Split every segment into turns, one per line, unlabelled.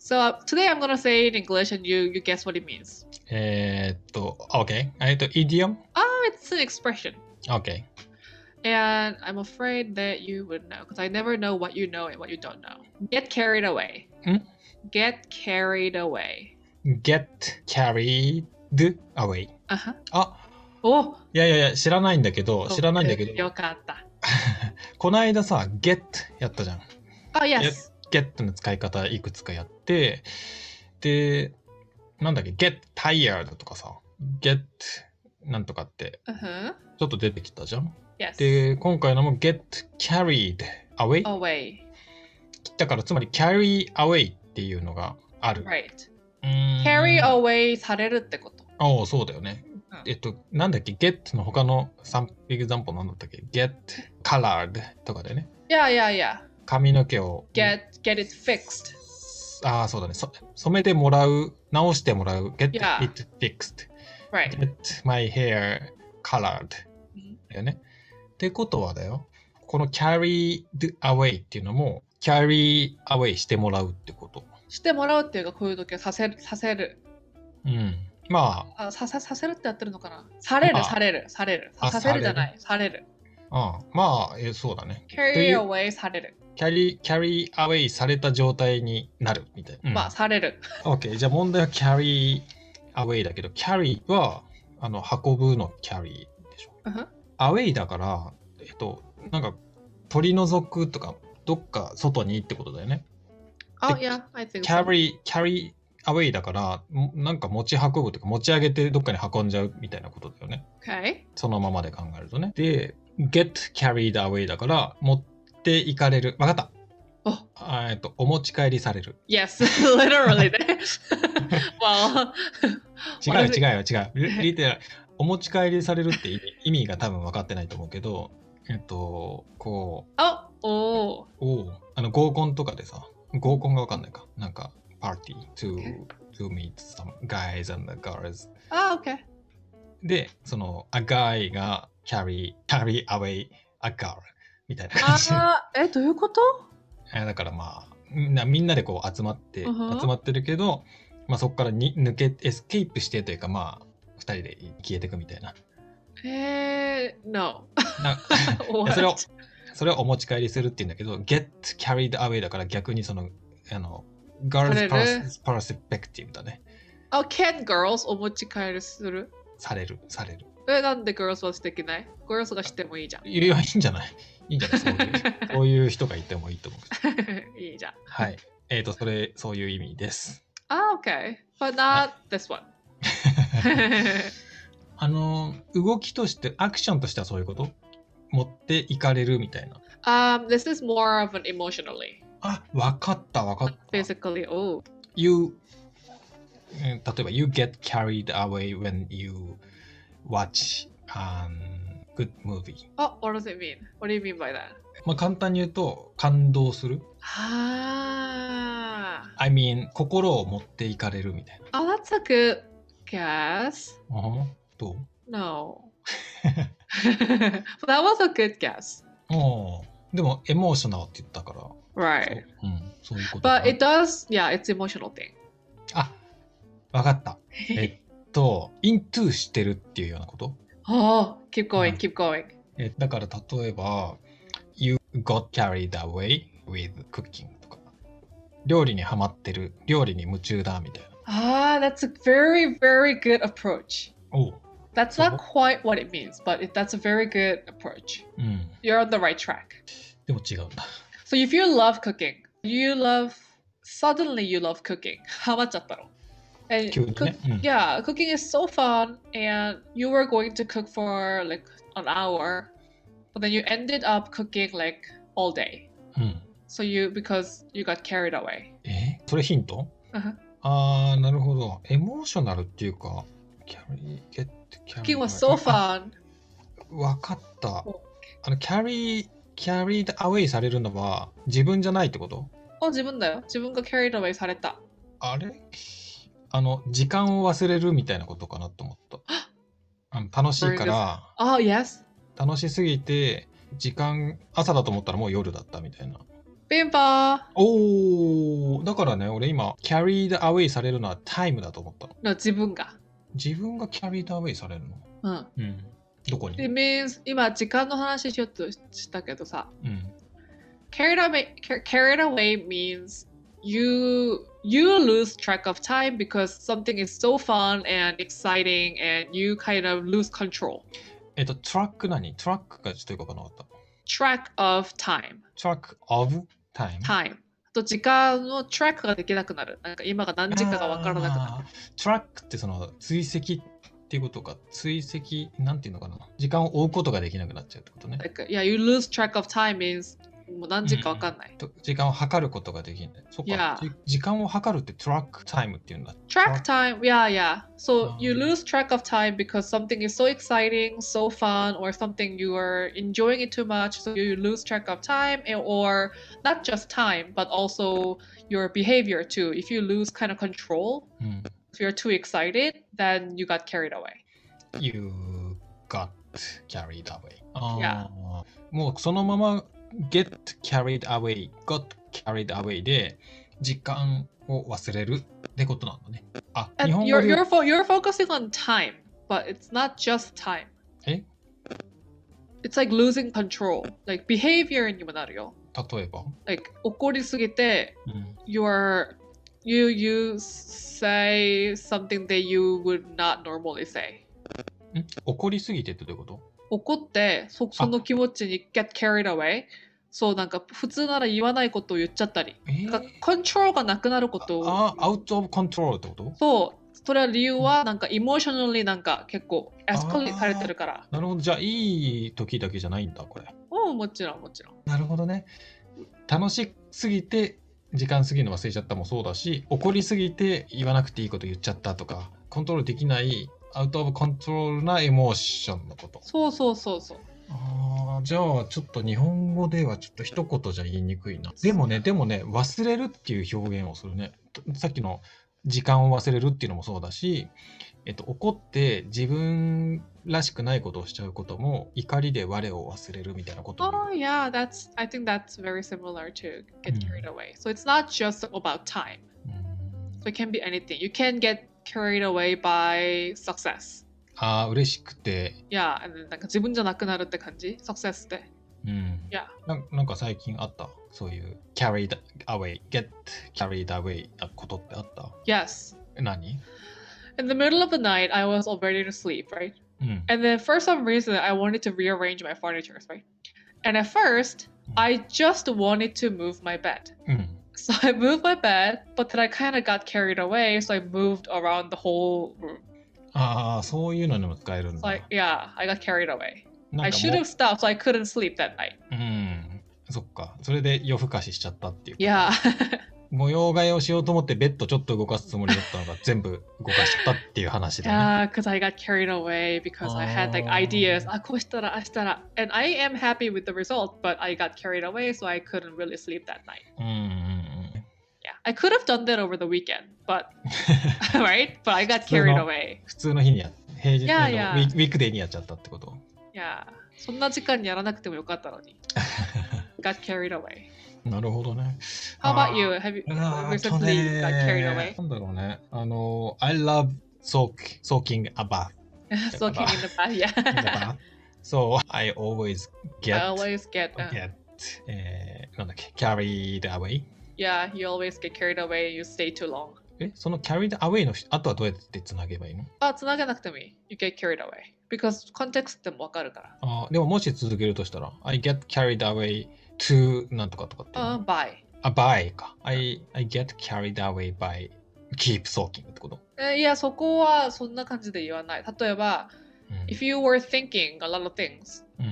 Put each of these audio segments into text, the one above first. So uh, today I'm gonna say it in English, and you you guess what it means.
えーっと、OK。えーっと、idiom?
Oh, it's an expression,
OK。
and I'm afraid that you would know because I never know what you know and what you don't know. Get carried away.
Hmm?
Get carried away.
get carried away。
Uh huh.
あ、
Oh,
いやいやいや、知らないんだけど、知らないんだけど、 この間さ、get やったじゃん。
Oh yes.
get の使い方いくつかやって、で、なんだっけ、get tired とかさ、get なんとかって、
Uh huh.
ちょっと出てきたじゃん。
Yes.
で、今回のも get carried away。
Away.
だから、つまり carry away っていうのがある。
Right.
うーん
Carry away されるってこと。
おお、そうだよね
うん。
えっと、なんだっけ、get の他のサンピグザンポなんだったっけ ?get colored とかでね。
Yeah, yeah, yeah.
髪の毛を。
Get get it fixed.
ああ、そうだね。そ染めてもらう、直してもらう。get
Yeah.
it fixed.
Right. Mm-hmm.
get my hair colored.
うん
だよね。ってことはだよ。この carried away っていうのも carry away してもらうってこと。
してもらうっていうかこういう時はさせるさせる
うん。ま
あさささせるってやってるのかな。され
ま
る
あ
されるされるさ
あ
させるじゃ
される
ないされる。
あ、うん、まあ、えそうだね。と
Carry
いう
away される。
キャリキャリーアウェイされた状態になるみたいな。うん、
まあされる。
OK。じゃあ問題はキャリーアウェイだけど、キャリーはあの運ぶのキャリーでしょ。
うんふん
アウェイだから、えっと、なんか取り除くとか、どっか外にってことだよね。
Oh
で
yeah, I think.
キ
so.
ャリー、キャリーアウェイだから、もなんか持ち運ぶとか、持ち上げてどっかに運んじゃうみたいなことだよね。
Okay.
そのままで考えるとね。で、get carried away だから、持っていかれる。わかった。
お
あえっと、お持ち帰りされる。
Yes, literally. well,
違う
わか
よ
る
違うよ違う。リリテラお持ち帰りされるって意味意味が多分分かってないと思うけど、えっと、こ
oh, oh.
う、おうあの合コンとかでさ、合コンが分かんないか。なんか、パーティー to, to meet some guys and girls。
Ah, okay.
で、その、a guy が carry, carry away a girl みたいな感じ。
あーえ、どういうこと
えだからまあみんなみんなでこう集まって、
うんふん
集まってるけど、まあ、そこからに抜けエスケープしてというかまあ2人で消えてくみたいな
えー、no.
な
What?
それをそれをお持ち帰りするっていうんだけど get carried away だから逆にそのあの girls
される
perspective だね
あ、can girls お持ち帰りする
されるされる
え、なんで girls はできない ?girls がしてもいいじゃん。
いやいいんじゃないいいんじゃないそういうそういう人がいてもいいと思うけど
いいじゃん。
はいえっ、とそれそういう意味です
あ、okay. But not this one.
あの動きとしてアクションとしてはそういうこと持っていかれるみたいな
um, this is more of an emotionally,
あ、わかったわかった。
physically. Oh,
You えー例えば You get carried away when you watch a good movie。
oh what does it mean? What do you mean by that?
まあ簡単に言うと感動する。
Ah,
I mean 心を持っていかれるみたい
oh, that's a good guess.
な。うんど
No. that was a good guess.
うああ。でもエモーショナルって言ったから。
Right.
そううん、そういうことか
But
な
it does, yeah, it's emotional thing.
あ、わかった。えっと、into してるっていうようなこと。
oh, keep going,
Mm.
keep going.
えだから例えば You got carried away with cooking とか料理にハマってる料理に夢中だみたいな
Ah, that's a very, very good approach.
おう
That's
Mhm.
not quite what it means, but it, that's a very good approach.
うん、
You're on the right track.
でも違うんだ
So if you love cooking, you love suddenly you love cooking. How much And
急にね、
cook,
うん。
yeah, cooking is so fun and you were going to cook for like an hour, but then you ended up cooking like all day.
うん、
So you because you got carried away.
えそれヒント
うんうん
あーなるほどエモーショナルっていうか carry get carried
Cooking was so
away
fun.
あわかった
お
あの carry carried away されるのは自分じゃないってこと
あ自分だよ。自分が Oh, carried away された。
あれあの時間を忘れるみたいなことかなと思ったあの楽しいから
Oh yes.
楽しすぎて時間朝だと思ったらもう夜だったみたいな
ピンポーン
おだからね、俺今、carried away されるのはタイムだと思ったの。
の自分が。
自分が carried away されるの
うん。
うん。どこに
It means 今時間の話しようとしたけどさ。
うん。
carried away car- carried away means you you lose track of time because something is so fun and exciting and you kind of lose control
えっと、トラック何トラックがちょっとよくわかんなかった。
track of time
トラック of time?
time あと時間のトラックができなくなるなんか今が何時かがわからなくな
あートラックってその追跡っていうことか追跡なんていうのかな時間を追うことができなくなっちゃうってことね
る、like, yeah you lose track of time means もう何時かわかんない、
と時間を測ることができないそっか、
いや
じ時間を測るってトラックタイムっていうんだ
track time yeah yeah so you
うん
lose track of time because something is so exciting so fun or something you are enjoying it too much so you lose track of time and, or not just time but also your behavior too if you lose kind of control
うん
if you're too excited then you got carried away
You got carried away あー
Yeah.
もうそのまま get carried away got carried away で時間を忘れるってことなんだねあ日
and
本語
you're,
で
you're, fo- you're focusing on time but it's not just time
Eh?
it's like losing control like behavior にもなるよ
例えば、
like 怒りすぎて
うん、
your you you say something that you would not normally say
ん怒りすぎてってどういうこと
怒ってそその気持ちに get carried away そうなんか普通なら言わないことを言っちゃったり
えー
なんかコントロールがなくなることを
ああ、アウトオブコントロールってこと
そうそれは理由はなんかエモーショナルになんか結構エスコレートされてるから
なるほど。じゃあ、いい時だけじゃないんだ、これ。
うんもちろんもちろん
なるほどね。楽しすぎて、時間過ぎるの忘れちゃったもそうだし、怒りすぎて言わなくていいこと言っちゃったとか、コントロールできない、アウトオブコントロールなエモーションのこと。
そうそうそうそう
ああ、じゃあ、ちょっと日本語ではちょっと一言じゃ言いにくいな。でもね、でもね、忘れるっていう表現をするね。とさっきの時間を忘れるっていうのもそうだし、えっと、怒って自分らしくないことをしちゃうことも、怒りで我を忘れるみたいなことも。
Oh yeah, that's I think that's very similar to get
Mm.
carried away. So it's not just about time.
うん
So it can be anything. You can get carried away by success.
ああ、嬉しくて、
Yeah, and then なんか自分じゃなくなるって感じ ?success って。
うん。
いや
ななんか最近あったそういう carried away, get carried away なことってあった
Yes.
何
In the middle of the night, I was all ready to sleep, right?
うん。
And then for some reason, I wanted to rearrange my furniture, right? And at first, I just wanted to move my bed.
うん。
So I moved my bed, but then I kind of got carried away, so I moved around the whole room.
ああ、そういうのにも使えるんだ。
So I, yeah, I got carried away.
な
I
んか
should
もう
have stopped, so I couldn't sleep that night.
うん。そっか。それで夜更かししちゃったっていう。
Yeah.
模様替えをしようと思ってベッドちょっと動かすつもりだったのが全部動かしちゃったっていう話だね。
Yeah, because I got carried away because I had like
Oh.
ideas. "Ah, こうしたら,ああしたら." And I am happy with the result, but I got carried away, so I couldn't really sleep that night.
うんうんうん。
Yeah, I could have done that over the weekend, but right? But I got carried
Still not-
away.
普通の日にや平日
い
の
や
ウ
いや
ィウィークデーにやっちゃったってこと
Yeah, そんな時間にやらなくてもよかったのに。got carried away.
なるほどね。
How
あ
about
ー
you? Have you uh,
あー
recently
と
got carried
ね
away?
なんだろうね。あの、I love soak, soaking a bath.
Soaking in the bath.
in the
Yeah,
bath. So I always
I
get,
always get. uh,
get えーなんだっけ、carried away.
yeah, you always get carried away. You stay too long.
え、その carried away のあとはどうやってつなげばいいの
あ、つなげなくてもいい。You get carried away. Because context でもわかるから。
あーでももし続けるとしたら、I get carried away to なんとかとかっていうの。
あ、by。
あ、by か。I, I get carried away by keep soaking ってこと。
えいや、そこはそんな感じで言わない。例えば、
うん
if you were thinking a lot of things
うん、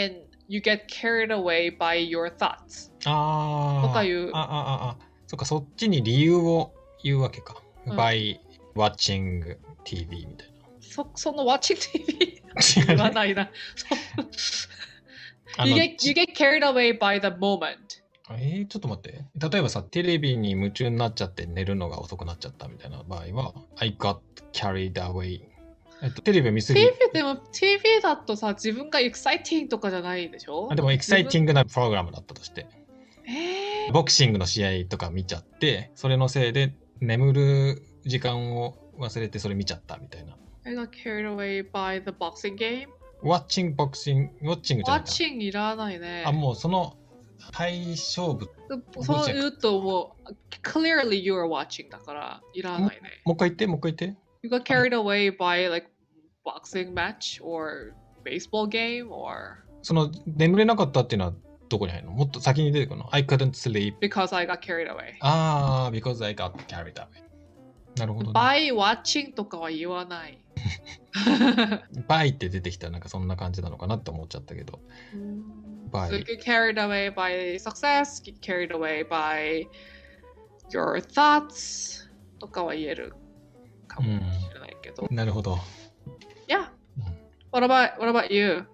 and you get carried away by your thoughts
ああ。
とかいう
ああああ。そっか、そっちに理由を言うわけか。
うん
by watching TV みたい
そ、その watching TV
な。
言わ ないな。
あの
you, get, you get carried away by the moment.
えー、ちょっと待って。例えばさ、テレビに夢中になっちゃって寝るのが遅くなっちゃったみたいな場合は、I got carried away。えっと、テレビを見すぎ
TV でも TV だとさ、自分が exciting とかじゃないでしょ
あでも、エキサイティングなプログラムだったとして。
ええー
ボクシングの試合とか見ちゃってそれのせいで眠る時間を忘れてそれ見ちゃったみたいな
I got carried away by the boxing game.
ウォッチングボクシングウォッチングじゃないか
Watching いらないね。
あもうその対勝負
そう言うともう、clearly you are watching だからいらないね。
もう一回言ってもう一回言って
You got carried away by like boxing match or baseball game or
その眠れなかったっていうのはどこに入るのもっと先に出てくるの ?I couldn't sleep
because I got carried away.
ああ because I got carried away なるほど、ね、
by watching とかは言わない。
バイって出てきたらなんかそんな感じなのかなって思っちゃったけど By.
So you get carried away by success, get carried away by your thoughts とかは言えるかもしれないけど。
なるほど
Yeah.
うん
What about what about you?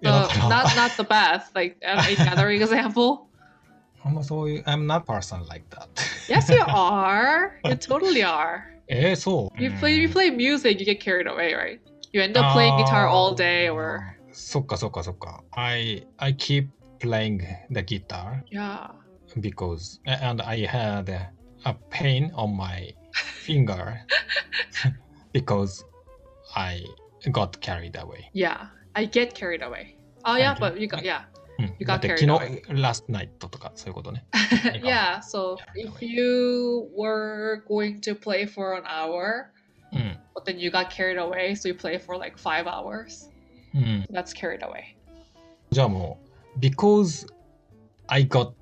いやだ
The-
から
Uh, not not the bath, like um, another example.
あんまそういう I'm not person like that
Yes, you are. You totally are.
えー、そう。
You play
うん
you play music, you get carried away, right? You end up playing guitar
Oh.
all day, or
あーそっかそっかそっか。I, I keep playing the guitar
yeah.
because and I had a pain on my finger because I got carried away.
Yeah, I get carried away. Oh yeah,
Okay.
but you got yeah,
うん
You got
だって
carried
昨日
away.、
last night とかそういうことね。got
yeah. So
carried
if
away.
you were going to play for an hour,
うん。
but then you got carried away, so you play for like five hours.
うん、
That's carried away.
じゃあもう、because I got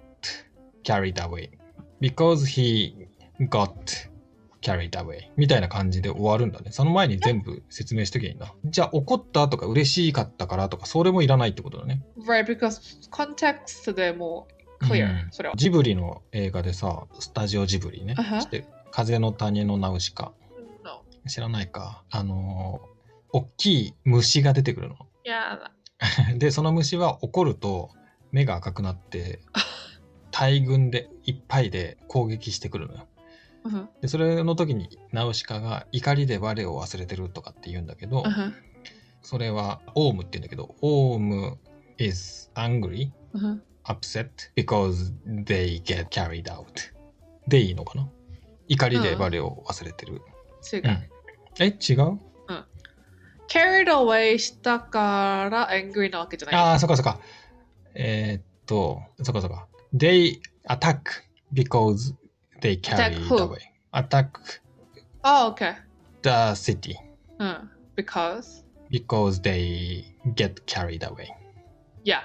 carried away, because he got carried away みたいな感じで終わるんだね。その前に全部説明しときゃいいんだ。じゃあ怒ったとか嬉しかったからとか、それもいらないってことだね。
Right, because context でも clear、
うん
それは。
ジブリの映画でさ、スタジオジブリね。
あは
知ってる風の谷のナウシカ。
No.
知らないか。あのー、大きい虫が出てくるの。
Yeah.
でその虫は怒ると目が赤くな って大群でいっぱいで攻撃してくるのよ。
Uh-huh.
でそれの時にナウシカが怒りで我を忘れてるとかって言うんだけど
Uh-huh.
それはオウムって言うんだけどオウム is angry
Uh-huh.
upset because they get carried out でいいのかな怒りで我を忘れてる。
違う。
うんえ違う
carried away したから angry なわけじゃない。
ああ、そっかそっか。えーっと、そっかそっか。They attack because they
Attack
carry it
who?
away. Attack
Oh, okay.
the city
うん。because
because they get carried away.
yeah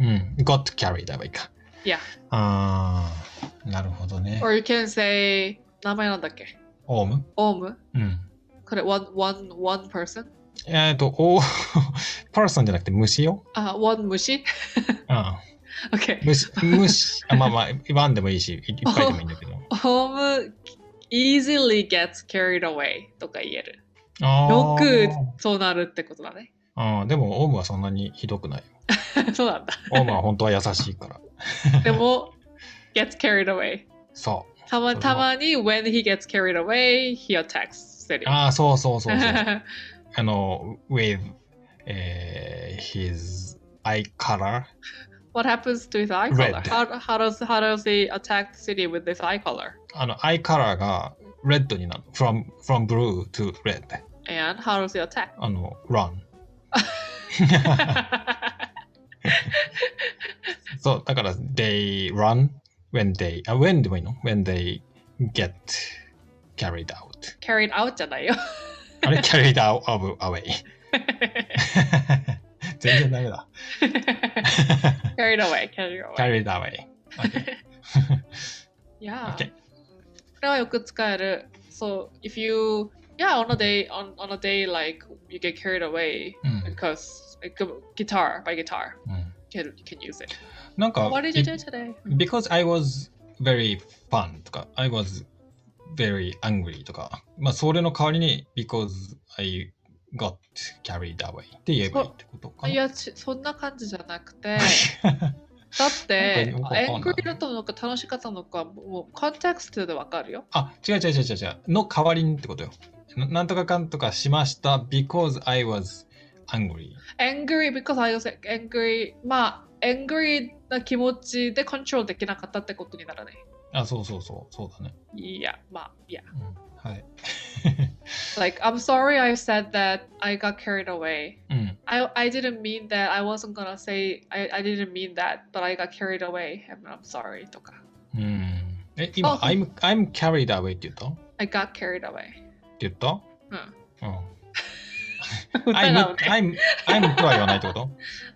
うん、got carried away か。
yeah
ああ、なるほどね。
or you can say 名前なんだっけ
オウム
オウム
うん。
これ one one one person
えーっと、お パーソンじゃなくて虫よ。
あ、one Uh, 虫
う ん。
okay
虫、虫。あまあまあ、ワンでもいいし、いいっぱいでもいいんだけど。
オウム easily gets carried away とか言える
あー
よくそうなるってことだ ね
あーでも、オウムはそんなにひどくない。
そうなんだ
オウムは本当は優しいから。
でも gets carried away
そう。
たま
それは
たまに when he gets carried away he attacks city
ああ、そうそうそ うそう。あの、with、えー his eye color。
What happens to his eye
Red.
color? How, how does how does he attack the city with this eye color?
あの、eye color が red になる。from, from blue to red。
And how does he attack?
あの、run。そう、だから they run when they, あ、when でもいいの ?when they get carried out。
Carried out じゃないよ。
あ れ ?carried out of away。全然ダメ だ。
carried away, carried away.
carried away。Okay.
Yeah.
okay.
これはよく使える。So if you yeah on a day on on a day like you get carried away
うん
because like, guitar by guitar
うん、
you can, you can use it.
なんか、
What did you do today?
because I was very fun とか I was very angry とかまあそれの代わりに because I got carried away って言えばいいってことかない
やちそんな感じじゃなくて。だって
なんか、
エ
よ
ン
くわ
グリ
かんない
だったのか楽しかったのか、もうコンテクストでわかるよ。
あ違う違う違う違う違うの代わりにってことよななんとかかんとかしました because I was angry?
angry because I was like angry まあ angry な気持ちでコントロールできなかったってことにならない
あ、そうそうそう、そうだね。
yeah まあ yeah
うん、はい。
like I'm sorry I said that I got carried away
うん、
I, I didn't mean that I wasn't gonna say I, I didn't mean that but I got carried away and I'm sorry とか
うん。え、今、
あ
I'm, I'm carried away って言ったって
I got carried away
言ったうん。
歌なの
I'm,
ね
I'm, I'm とは言わないってこと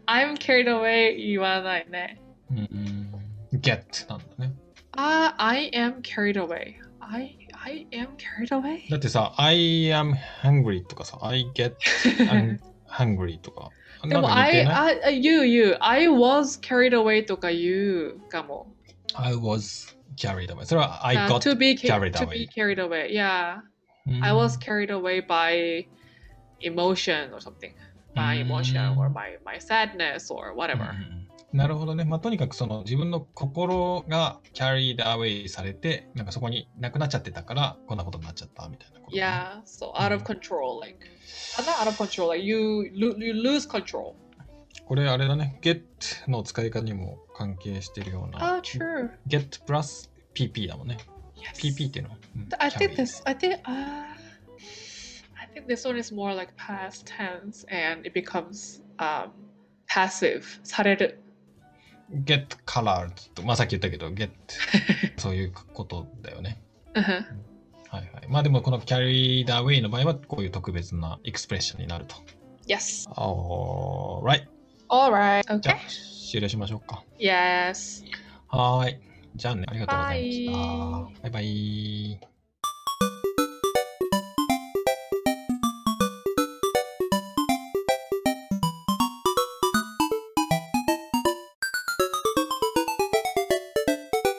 I'm carried away 言わないね
うん。get なんだね。
あ、I Uh, am carried away I, I am carried away?
だってさ、I am hungry とかさ、I get un- hungry とか。
でも、
なんか似て
I,
な
I,
い
I- you, you, I was carried away とか言うかも。
I was carried away. それは I
あ
got
to be ca-
carried
to
away. Mm.
be carried away. Yeah.
うん
I was carried away by emotion or something. My
うん
emotion or my, my sadness or
うん
whatever.
なるほどね。まあ、とにかくその自分の心が carried away されて、なんかそこになくなっちゃってたから、こんなことになっちゃったみたいなことね、
Yeah. So out of
うん
control. Like, I'm not out of control. Like, you, lo- you lose control.
これあれだね。get の使い方にも関係してるような。
Oh, true.
get plus pp だもんね。
Yes.
pp っていうのは。うん
I think
carried
this. I think. Uh, I think this one is more like past tense, and it becomes um, passive. される
get colored と、まあ、さっき言ったけど get そういうことだよね。
うん
はいはい。まあでもこの carried away の場合はこういう特別なエクスプレッションになると。
yes.
alright。
All right.
じゃあ
Okay.
終了しましょうか。
Yes.
はーい。じゃあね、ありがとうございました。
バ
バイバイ。